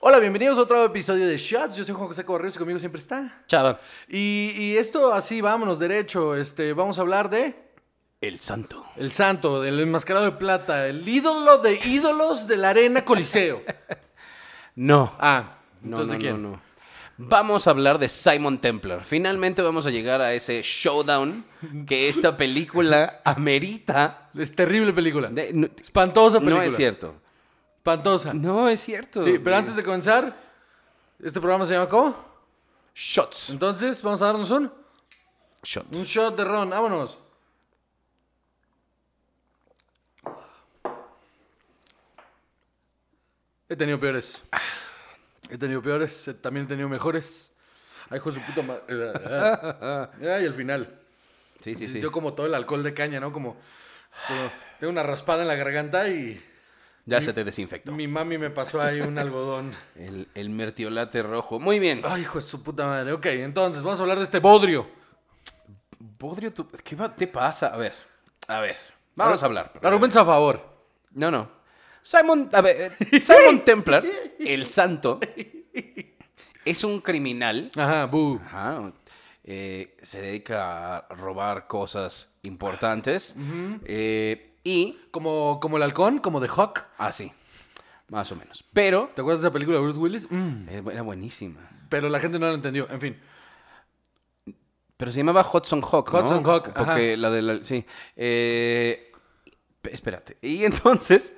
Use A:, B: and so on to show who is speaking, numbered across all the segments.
A: Hola, bienvenidos a otro episodio de Shots. Yo soy Juan José Cabarrios y conmigo siempre está.
B: Chava.
A: Y, y esto así, vámonos derecho. Este, vamos a hablar de
B: El santo.
A: El Santo, del enmascarado de plata, el ídolo de ídolos de la arena Coliseo.
B: No.
A: Ah,
B: No,
A: entonces
B: no,
A: ¿de quién?
B: no, no. Vamos a hablar de Simon Templar. Finalmente vamos a llegar a ese showdown que esta película amerita.
A: Es terrible película.
B: De- no,
A: Espantosa película.
B: no es cierto.
A: Espantosa.
B: No es cierto.
A: Sí, pero antes de comenzar, este programa se llama ¿cómo?
B: Shots.
A: Entonces, vamos a darnos un,
B: Shots.
A: un shot de ron. Vámonos. He tenido peores. He tenido peores. eh, También he tenido mejores. Ay, hijo de su puta madre. eh. Ay, el final.
B: Sí, sí,
A: Se
B: sí.
A: sintió como todo el alcohol de caña, ¿no? Como, como tengo una raspada en la garganta y
B: Ya se te desinfectó.
A: mi mami me pasó ahí un algodón.
B: El, el mertiolate rojo. Muy bien.
A: Ay, hijo de su puta madre. Ok, entonces vamos a hablar de este bodrio.
B: Bodrio, tú- ¿qué va- te pasa? A ver, a ver. Vamos a hablar.
A: Argumentos a favor.
B: No, no. Simon, a ver, eh, Simon Templar, el santo, es un criminal.
A: Ajá, bu.
B: Ajá. eh, se dedica a robar cosas importantes. eh, y
A: Como, como el halcón, como The Hawk.
B: así, más o menos. Pero
A: ¿Te acuerdas de esa película de Bruce Willis? Mm,
B: eh, era buenísima.
A: Pero la gente no la entendió. En fin.
B: Pero se llamaba Hudson Hawk. ¿no?
A: Hudson Hawk, ajá.
B: Porque la de la. Sí. Eh, pe- espérate. Y entonces,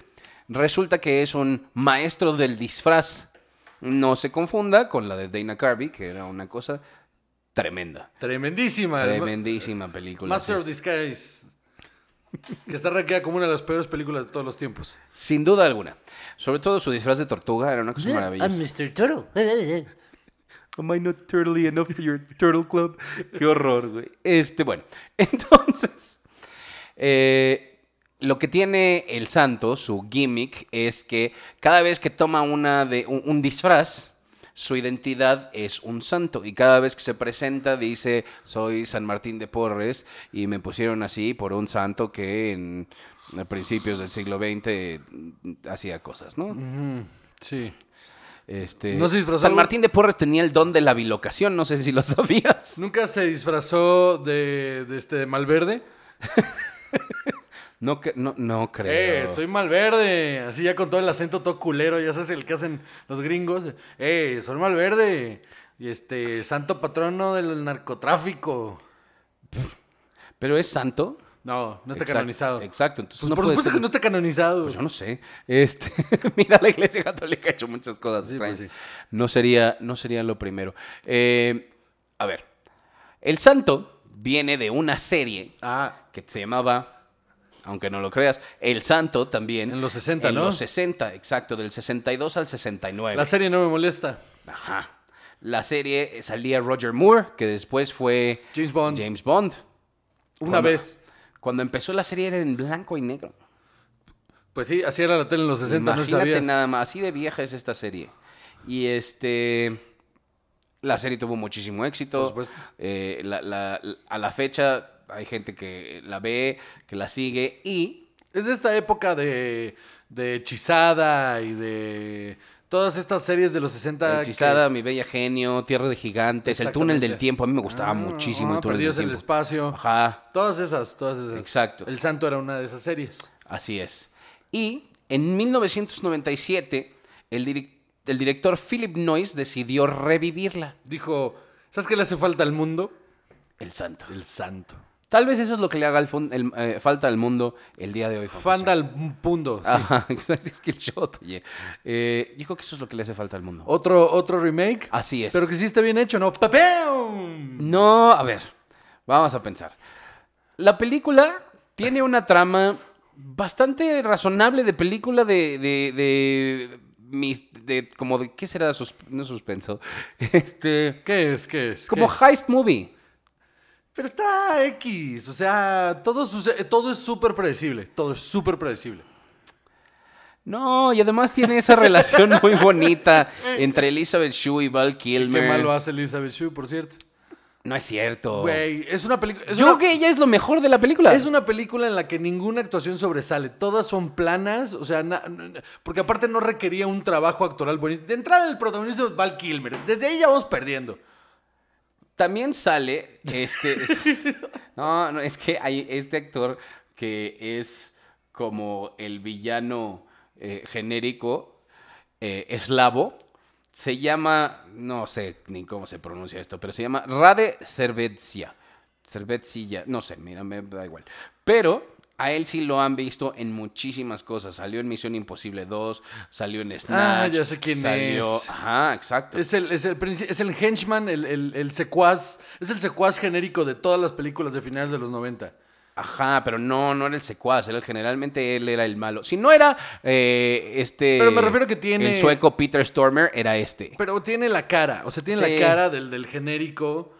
B: resulta que es un maestro del disfraz. No se confunda con la de Dana Carvey, que era una cosa tremenda.
A: Tremendísima. el ma-
B: Tremendísima película.
A: Master of Disguise. Que está rankeada como una de las peores películas de todos los tiempos.
B: sí. Sin duda alguna. Sobre todo su disfraz de tortuga era una cosa maravillosa.
C: Mr. Turtle.
B: Am I not turtly enough for your turtle club? Qué horror, güey. Este, bueno, entonces, eh, lo que tiene el santo, su gimmick, es que cada vez que toma una de, un, un disfraz, su identidad es un santo. Y cada vez que se presenta, dice, soy San Martín de Porres y me pusieron así por un santo que en a principios del siglo XX eh, hacía cosas, ¿no?
A: Sí.
B: Este,
A: No se disfrazó.
B: San Martín de Porres tenía el don de la bilocación, no sé si lo sabías.
A: Nunca se disfrazó de, de este de Malverde.
B: No, cre- no, no creo.
A: Eh, soy Malverde. Así ya con todo el acento todo culero, ya sabes el que hacen los gringos. Eh, soy Malverde. Y este, santo patrono del narcotráfico.
B: Pero es santo.
A: No, no está
B: Exacto,
A: canonizado.
B: Exacto, entonces
A: Pues
B: no
A: por
B: puede
A: supuesto
B: ser-
A: que no está canonizado.
B: Pues yo no sé. Este, mira, la iglesia católica ha hecho muchas cosas.
A: Sí, pues
B: extrañas. no, sería, no sería lo primero. Eh, a ver, el santo viene de una serie
A: Ah,
B: que se llamaba, aunque no lo creas, El Santo también.
A: En los 60,
B: En
A: ¿no?
B: los 60, exacto, del 62 al 69.
A: la serie no me molesta.
B: Ajá. La serie eh, salía Roger Moore, que después fue
A: James Bond.
B: James Bond.
A: Una
B: Cuando-
A: vez.
B: Cuando empezó la serie era en blanco y negro.
A: Pues sí, así era la tele en los 60, no
B: Imagínate
A: sabías.
B: nada más, así de vieja es esta serie. Y este la serie tuvo muchísimo éxito.
A: Por supuesto.
B: Eh, la- la- la- a la fecha hay gente que la ve, que la sigue y
A: Es de esta época de, de Hechizada y de todas estas series de los 60. que-
B: Hechizada, Mi Bella Genio, Tierra de Gigantes, El Túnel
A: Exactamente.
B: del Tiempo. A mí me gustaba
A: Ah,
B: muchísimo
A: ah,
B: El Túnel del
A: Perdidos en
B: Tiempo.
A: el espacio.
B: Ajá.
A: Todas esas, todas esas.
B: Exacto.
A: El Santo era una de esas series.
B: Así es. Y en 1997, el, direc- el director Philip Noyce decidió revivirla,
A: Dijo, ¿sabes qué le hace falta al mundo?
B: El Santo.
A: El Santo.
B: Tal vez eso es lo que le haga el fun- el, eh, falta al mundo el día de hoy. Juan
A: Fan
B: José.
A: del mundo. sí.
B: Ajá, exacto, es que el shot, oye. Eh, yo creo que eso es lo que le hace falta al mundo.
A: Otro, otro remake.
B: Así es.
A: Pero que sí está bien hecho, ¿no? ¡Papeum!
B: No, a ver, vamos a pensar. La película tiene una trama bastante razonable de película de... de, de mis- de- como de, ¿qué será? Sus- no suspenso. Este,
A: ¿Qué es? ¿Qué es?
B: es como
A: ¿Qué es?
B: heist movie.
A: Pero está X. O sea, todo, suce- todo es súper predecible. Todo es súper predecible.
B: No, y además tiene esa relación muy bonita entre Elizabeth Shue y Val
A: Qué
B: Kilmer.
A: mal lo hace Elizabeth Shue, por cierto.
B: No es cierto.
A: Güey, es una película.
B: Yo creo que ella es lo mejor de la película.
A: Es una película en la que ninguna actuación sobresale. Todas son planas. O sea, na- na- na- porque aparte no requería un trabajo actoral bonito. De entrada, el protagonista es Val Kilmer. Desde ahí ya vamos perdiendo.
B: También sale este. es- no, no, es que hay este actor que es como el villano eh, genérico eh, eslavo. Se llama, no sé ni cómo se pronuncia esto, pero se llama Rade Cervetsia. Cervetsia, no sé, mira, me da igual. Pero a él sí lo han visto en muchísimas cosas. Salió en Misión Imposible 2, salió en Snatch.
A: Ah, ya sé quién
B: salió-
A: es.
B: Ajá, exacto.
A: Es el, es el, princi- es el henchman, el, el- el secuaz. Es el secuaz genérico de todas las películas de finales de los 90.
B: Ajá, pero no, no era el secuaz, era el- generalmente él era el malo. Si no era eh, este...
A: Pero me refiero que tiene-
B: El sueco Peter Stormer era este.
A: Pero tiene la cara. O sea, tiene
B: Sí.
A: la cara del, del genérico.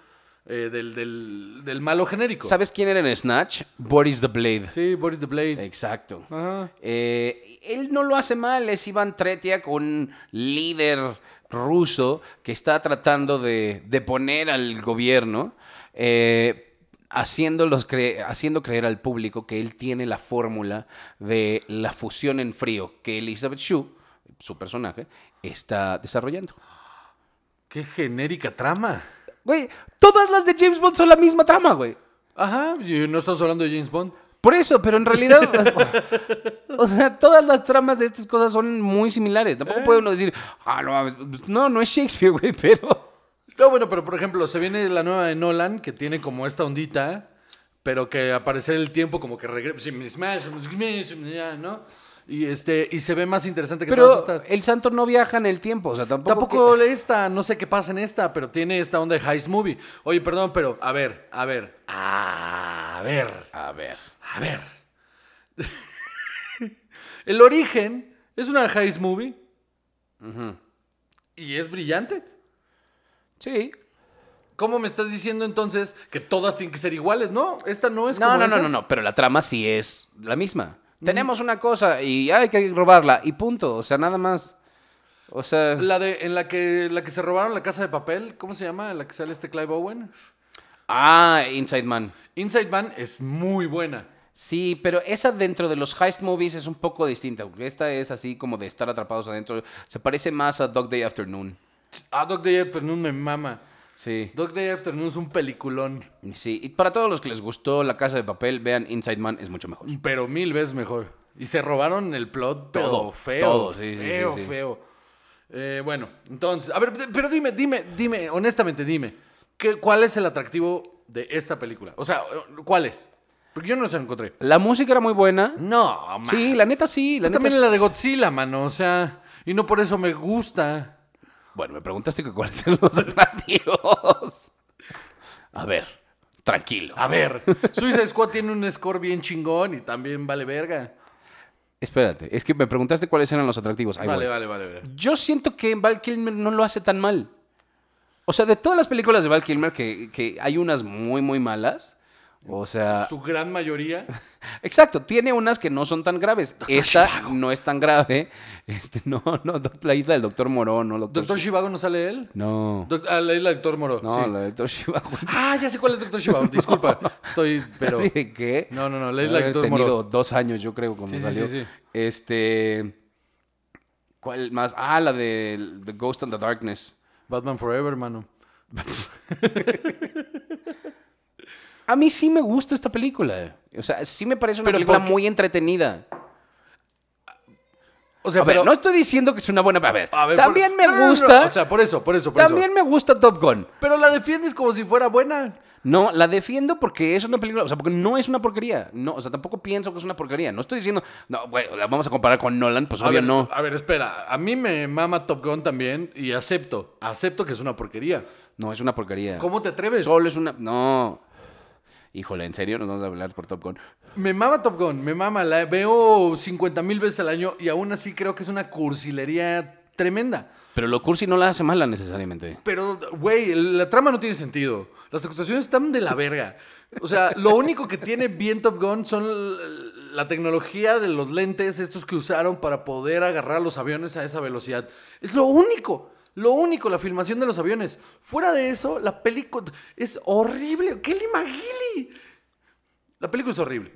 A: eh, del, del- del malo genérico.
B: ¿Sabes quién era en Snatch? Boris the Blade.
A: Sí, Boris the Blade.
B: Exacto.
A: Ajá.
B: Eh, él no lo hace mal, es Iván Tretiak, un líder ruso que está tratando de, de poner al gobierno, eh, haciéndolos cre- haciendo creer al público que él tiene la fórmula de la fusión en frío que Elizabeth Shue, su personaje, está desarrollando.
A: Qué genérica trama.
B: Güey, todas las de James Bond son la misma trama, güey.
A: Ajá, y no estamos hablando de James Bond.
B: Por eso, pero en realidad. o sea, todas las tramas de estas cosas son muy similares.
A: Eh.
B: Tampoco puede uno decir, ah, no, mames, no, no es Shakespeare, güey, pero.
A: No, bueno, pero por ejemplo, se viene la nueva de Nolan, que tiene como esta ondita, pero que aparece el tiempo como que regresa, ¿no? Y, este, y se ve más interesante que todas
B: Pero
A: estas.
B: el santo no viaja en el tiempo, o sea, tampoco.
A: eh, Tampoco
B: que-
A: esta, no sé qué pasa en esta, pero tiene esta onda de Heist Movie. Oye, perdón, pero a ver, a ver, a ver.
B: A ver.
A: A ver. El origen es una heist movie. Y es brillante.
B: Sí.
A: ¿Cómo me estás diciendo entonces que todas tienen que ser iguales? No, esta no es
B: No,
A: como
B: no, no,
A: esas. Mm.
B: no, no, pero la trama sí es la misma. Tenemos una cosa y hay que robarla y punto, o sea, nada más. O sea.
A: La de en la que la que se robaron la casa de papel, ¿cómo se llama? En la que sale este Clive Owen.
B: Ah, Inside Man.
A: Inside Man es muy buena.
B: Sí, pero esa dentro de los heist movies es un poco distinta, porque esta es así como de estar atrapados adentro. Se parece más a Dog Day Afternoon.
A: Ah, Dog Day Afternoon me mama.
B: Sí.
A: Dog Day Afternoon es un peliculón,
B: Sí, y para todos los que les gustó La Casa de Papel, vean Inside Man, es mucho mejor.
A: pero mil veces mejor. Y se robaron el plot, pero
B: Todo,
A: feo.
B: todo, sí, sí, sí,
A: feo,
B: sí.
A: feo. Eh, bueno, entonces, a ver, d- pero dime, dime, dime, honestamente, dime, ¿qué, ¿cuál es el atractivo de esta película? O sea, ¿cuál es? Porque yo no se lo encontré.
B: La música era muy buena.
A: No, man.
B: Sí, la neta sí. La
A: Pues
B: neta
A: también
B: sí.
A: la de Godzilla, mano, o sea, y no por eso me gusta.
B: Bueno, me preguntaste que cuáles son los atractivos. A ver, tranquilo.
A: A ver, Suicide Squad tiene un score bien chingón y también vale verga.
B: Espérate, es que me preguntaste cuáles eran los atractivos. Ahí
A: vale,
B: voy.
A: vale, vale, vale.
B: Yo siento que Val Kilmer no lo hace tan mal. O sea, de todas las películas de Val Kilmer, que, que hay unas muy, muy malas. O sea,
A: Su gran mayoría.
B: exacto, tiene unas que no son tan graves. Esta no es tan grave. Este, no, no, doc- la isla del Doctor Morón, no, Doctor.
A: ¿Doctor Shivago no sale él?
B: No,
A: Doc- ah, la isla de Doctor Moro.
B: no,
A: sí.
B: la de Doctor Shivago.
A: Ah, ya sé cuál es Doctor Shivago. Disculpa. Estoy. Pero.
B: Así de que.
A: No, no, no, la isla del
B: haber
A: Doctor
B: tenido
A: Moro.
B: dos años, yo creo, cuando
A: Sí, sí,
B: salió.
A: sí, sí.
B: Este. ¿Cuál más? Ah, la de The Ghost and the Darkness.
A: Batman Forever, mano.
B: A mí sí me gusta esta película. O sea, sí me parece una
A: Pero
B: película
A: ¿por qué?
B: muy entretenida.
A: O sea,
B: A ver,
A: pero.
B: no estoy diciendo que es una buena. A ver,
A: a ver, por-
B: también me
A: no, no, no, no,
B: gusta.
A: O sea, por eso, por eso, por
B: también
A: eso.
B: me gusta Top Gun.
A: Pero la defiendes como si fuera buena.
B: No, la defiendo porque es una película. O sea, porque no es una porquería. No, o sea, tampoco pienso que es una porquería. No estoy diciendo. No, güey, la vamos a comparar con Nolan, pues
A: A
B: obvio
A: ver,
B: no.
A: A ver, espera. A mí me mama Top Gun también y acepto. Acepto que es una porquería.
B: No, es una porquería.
A: ¿Cómo te atreves?
B: Solo es una. No. Híjole, ¿en serio nos vamos a hablar por Top Gun?
A: Me mama Top Gun, me mama. La veo 50 mil veces al año y aún así creo que es una cursilería tremenda.
B: Pero lo cursi no la hace mala necesariamente.
A: Pero, güey, la trama no tiene sentido. Las actuaciones están de la verga. O sea, lo único que tiene bien Top Gun son l- la tecnología de los lentes estos que usaron para poder agarrar los aviones a esa velocidad. Es lo único. Lo único, la filmación de los aviones. Fuera de eso, la película es horrible. ¡Kelly McGilly! La película es horrible.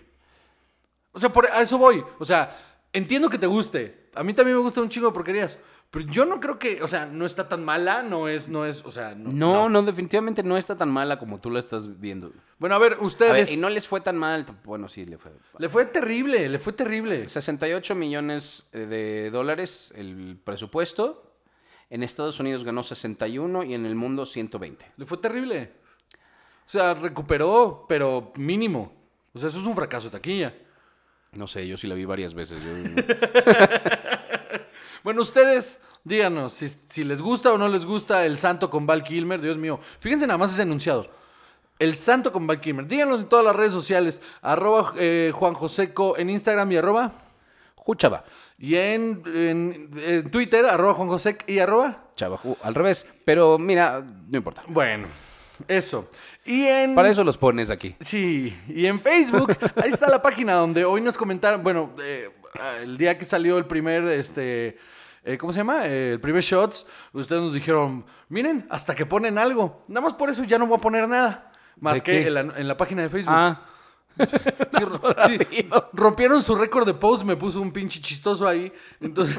A: O sea, por, a eso voy. O sea, entiendo que te guste. A mí también me gusta un chingo de porquerías. Pero yo no creo que, o sea, no está tan mala, no es, no es, o sea, no.
B: No, no, definitivamente no está tan mala como tú la estás viendo.
A: Bueno, a ver,
B: A
A: ustedes.
B: ver, y no les fue tan mal. tamp- Bueno, sí, le fue.
A: Le fue terrible, le fue terrible.
B: 68 millones eh, de dólares el presupuesto. En Estados Unidos ganó 61 y en el mundo 120.
A: Le fue terrible. O sea, recuperó, pero mínimo. O sea, eso es un fracaso de taquilla.
B: No sé, yo sí la vi varias veces. yo-
A: Bueno, ustedes díganos si, si les gusta o no les gusta El Santo con Val Kilmer. Dios mío, fíjense nada más ese enunciado. El Santo con Val Kilmer. Díganos en todas las redes sociales. Arroba eh, Juan Joseco en Instagram y arroba.
B: Juchaba.
A: Y en, en- en Twitter, arroba Juan Josec y arroba.
B: Chava, ju- al revés. Pero mira, no importa.
A: Bueno, eso. Y en...
B: Para eso los pones aquí.
A: Sí, y en Facebook, ahí está la página donde hoy nos comentaron, bueno, eh, el día que salió el primer, este, eh, ¿cómo se llama? Eh, el primer Shots, ustedes nos dijeron, miren, hasta que ponen algo. Nada más por eso ya no voy a poner nada, más
B: ¿De
A: que
B: qué?
A: en la, en la página de Facebook.
B: Ah,
A: Sí, ro- sí, rompieron su récord de posts, me puso un pinche chistoso ahí. Entonces,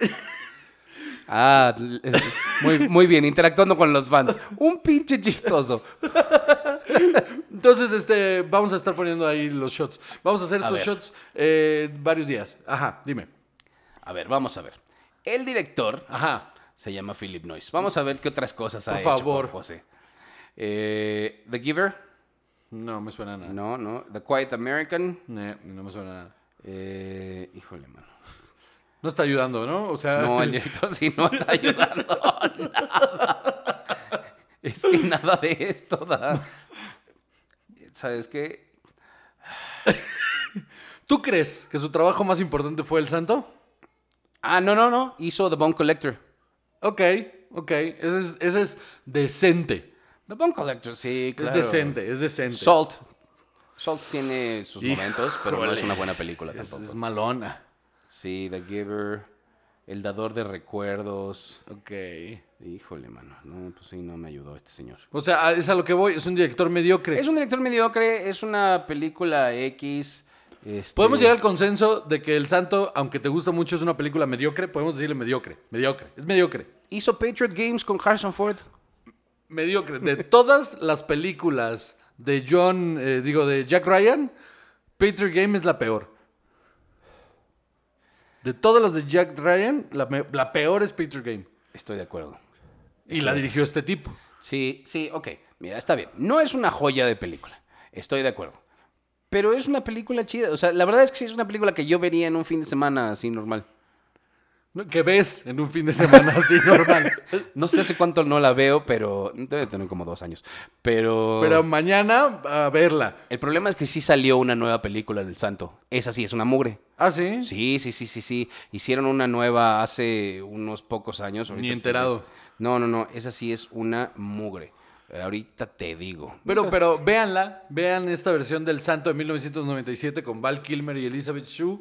B: ah es- muy, muy bien, interactuando con los fans. Un pinche chistoso.
A: entonces este, vamos a estar poniendo ahí los shots. Vamos a hacer
B: A
A: estos
B: ver.
A: shots eh, varios días. Ajá, dime.
B: A ver, vamos a ver. El director
A: Ajá.
B: se llama Philip Noyce. Vamos a ver qué otras cosas ha
A: Por
B: hecho
A: favor.
B: Juan José. Eh, The Giver.
A: No me suena a nada.
B: No, no. The Quiet American.
A: Ne, no me suena a nada.
B: Eh, híjole, mano.
A: No está ayudando, ¿no? O sea,
B: No, el director sí no está ayudando. nada. Es que nada de esto da. ¿Sabes qué?
A: ¿tú crees que su trabajo más importante fue El Santo?
B: Ah, no, no, no. Hizo The Bone Collector.
A: Ok, ok. Ese es, ese es decente.
B: The Bone Collector, sí,
A: Es
B: claro.
A: decente, es decente.
B: Salt. Salt tiene sus
A: Híjole.
B: momentos, pero no es una buena película
A: Es,
B: tampoco.
A: es malona.
B: Sí, The Giver. El dador de recuerdos.
A: Ok.
B: Híjole, mano. No, pues sí, no me ayudó este señor.
A: O sea, a- es a lo que voy. Es un director mediocre.
B: Es un director mediocre, es una película X. este-
A: Podemos llegar al consenso de que El Santo, aunque te gusta mucho, es una película mediocre. Podemos decirle mediocre. Mediocre. Es mediocre.
B: Hizo Patriot Games con Harrison Ford.
A: Mediocre. De todas las películas de John, eh, digo, de Jack Ryan, Patriot Game es la peor. De todas las de Jack Ryan, la, me- la peor es Patriot Game.
B: Estoy de acuerdo.
A: Y la dirigió este tipo.
B: Sí, sí, ok. Mira, está bien. No es una joya de película. Estoy de acuerdo. Pero es una película chida. O sea, la verdad es que sí es una película que yo vería en un fin de semana así normal.
A: ¿no? Que ves en un fin de semana así normal.
B: No sé hace cuánto no la veo, pero debe tener como dos años. Pero,
A: Pero mañana a verla.
B: el problema es que sí salió una nueva película del Santo. Esa sí es una mugre.
A: ¿Ah, sí?
B: Sí, sí, sí, sí, sí. Hicieron una nueva hace unos pocos años. Ahorita
A: Ni
B: te-
A: enterado.
B: No, no, no. Esa sí es una mugre. Eh, Ahorita te digo.
A: Pero, pero véanla, vean esta versión del Santo de 1997 con Val Kilmer y Elizabeth Shue.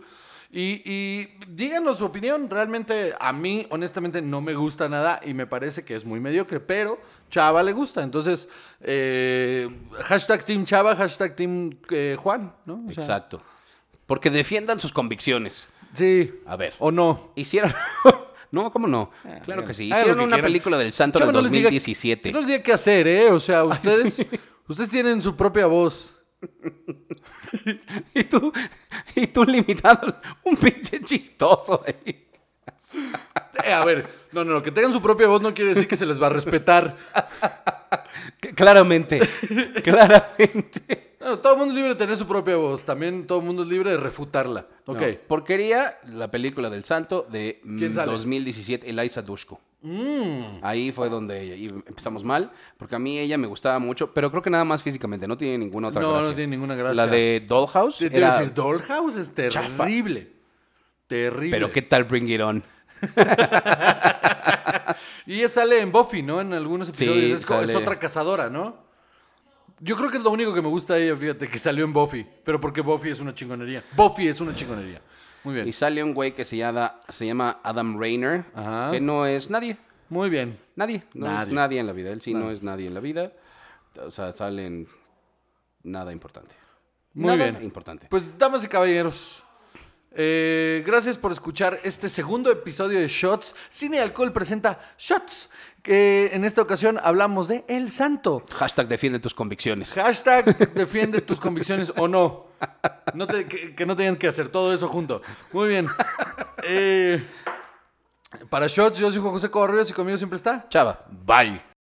A: Y, y díganos su opinión. Realmente a mí, honestamente, no me gusta nada y me parece que es muy mediocre, pero Chava le gusta. Entonces, eh, hashtag Team Chava, hashtag Team eh, Juan, ¿no? O sea,
B: Exacto. Porque defiendan sus convicciones.
A: Sí.
B: A ver.
A: O no.
B: Hicieron. no, ¿cómo no? claro
A: Vean,
B: que sí.
A: hagan lo
B: Hicieron
A: que
B: una
A: quieran.
B: película del Santo
A: Chava
B: del
A: no les diga-
B: 2017.
A: no les diga qué hacer, ¿eh? O sea, ustedes, ustedes tienen su propia voz.
B: Y tú, y tú limitando un pinche chistoso ahí.
A: Eh, a ver, no, no, no, que tengan su propia voz no quiere decir que se les va a respetar.
B: C- Claramente, claramente.
A: No, todo el mundo es libre de tener su propia voz. También todo el mundo es libre de refutarla. Ok.
B: No, porquería, la película del santo de mm,
A: ¿Quién sale?
B: 2017, Eliza Dushku.
A: Mm.
B: Ahí fue donde ella- y empezamos mal, porque a mí ella me gustaba mucho, pero creo que nada más físicamente, no tiene ninguna otra
A: No, no
B: gracia.
A: tiene ninguna gracia.
B: La de Dollhouse
A: Te- te iba a
B: era-
A: decir, Dollhouse es
B: Chafa.
A: terrible. Terrible.
B: Pero qué tal Bring It On.
A: Y ella sale en Buffy, ¿no? En algunos episodios. es, co- es
B: sale.
A: otra cazadora, ¿no? Yo creo que es lo único que me gusta de ella, fíjate, que salió en Buffy. Pero porque Buffy es una chingonería. Buffy es una chingonería. Muy bien.
B: Y sale un güey que se llama, se llama Adam Rayner,
A: Ajá.
B: que no es nadie.
A: Muy bien.
B: Nadie. No es
A: Nadie.
B: nadie en la vida. Él sí no es nadie en la vida. O sea, salen nada importante.
A: Muy
B: Nada
A: bien.
B: importante.
A: Pues, damas y caballeros, eh, gracias por escuchar este segundo episodio de Shots. Cine y Alcohol presenta Shots, que en esta ocasión hablamos de El Santo.
B: Hashtag defiende tus convicciones.
A: Hashtag defiende tus convicciones o no. No te- que, que no tengan que hacer todo eso junto. Muy bien. Eh, para Shots, yo soy Juan José Correos y conmigo siempre está.
B: Chava. Bye.